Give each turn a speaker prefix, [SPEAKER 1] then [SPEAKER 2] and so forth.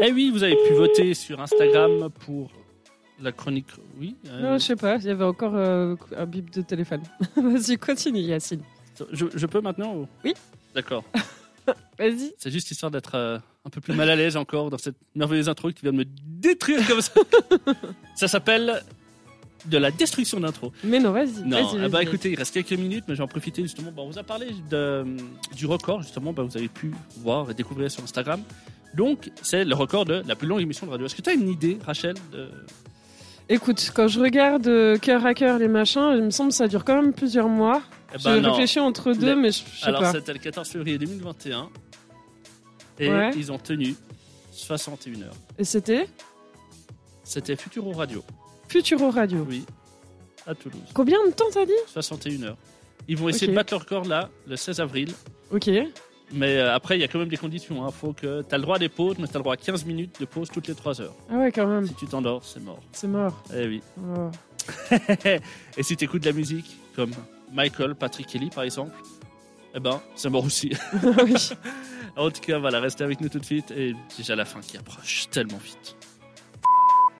[SPEAKER 1] Eh oui, vous avez pu voter sur Instagram pour la chronique. Oui. euh,
[SPEAKER 2] Non, je sais pas, il y avait encore euh, un bip de téléphone. Vas-y, continue, Yacine.
[SPEAKER 1] je, je peux maintenant
[SPEAKER 2] Oui.
[SPEAKER 1] D'accord.
[SPEAKER 2] Vas-y.
[SPEAKER 1] C'est juste histoire d'être euh, un peu plus mal à l'aise encore dans cette merveilleuse intro que tu viens de me détruire comme ça. ça s'appelle de la destruction d'intro.
[SPEAKER 2] Mais non, vas-y.
[SPEAKER 1] Non,
[SPEAKER 2] vas-y,
[SPEAKER 1] ah bah
[SPEAKER 2] vas-y.
[SPEAKER 1] écoutez, il reste quelques minutes, mais j'en profiter justement. Bah, on vous a parlé de- du record, justement, bah, vous avez pu voir et découvrir sur Instagram. Donc, c'est le record de la plus longue émission de radio. Est-ce que tu as une idée, Rachel de-
[SPEAKER 2] Écoute, quand je regarde euh, cœur à cœur les machins, il me semble que ça dure quand même plusieurs mois.
[SPEAKER 1] Eh
[SPEAKER 2] J'ai
[SPEAKER 1] ben, non.
[SPEAKER 2] réfléchi entre deux,
[SPEAKER 1] Le-
[SPEAKER 2] mais je je sais
[SPEAKER 1] Alors,
[SPEAKER 2] pas.
[SPEAKER 1] c'était le 14 février 2021. Et
[SPEAKER 2] Ouais.
[SPEAKER 1] ils ont tenu 61 heures.
[SPEAKER 2] Et c'était
[SPEAKER 1] C'était Futuro Radio,
[SPEAKER 2] Futuro Radio.
[SPEAKER 1] oui, à Toulouse.
[SPEAKER 2] Combien de temps t'as dit
[SPEAKER 1] 61 heures. Ils vont essayer
[SPEAKER 2] Ok.
[SPEAKER 1] de battre leur record là, le 16 avril.
[SPEAKER 2] Ok.
[SPEAKER 1] Mais euh, après, il y a quand même des conditions. Hein. Faut que t'as le droit à des pauses, mais t'as le droit à 15 minutes de pause toutes les 3 heures.
[SPEAKER 2] Ah ouais, quand même,
[SPEAKER 1] Si tu t'endors, c'est mort.
[SPEAKER 2] c'est mort.
[SPEAKER 1] Eh oui.
[SPEAKER 2] Oh.
[SPEAKER 1] Et si t'écoutes de la musique, comme Michael, Patrick Kelly par exemple, eh ben, c'est mort aussi.
[SPEAKER 2] Ah Oui.
[SPEAKER 1] en tout cas, voilà, restez avec nous tout de suite. Et déjà la fin qui approche tellement vite.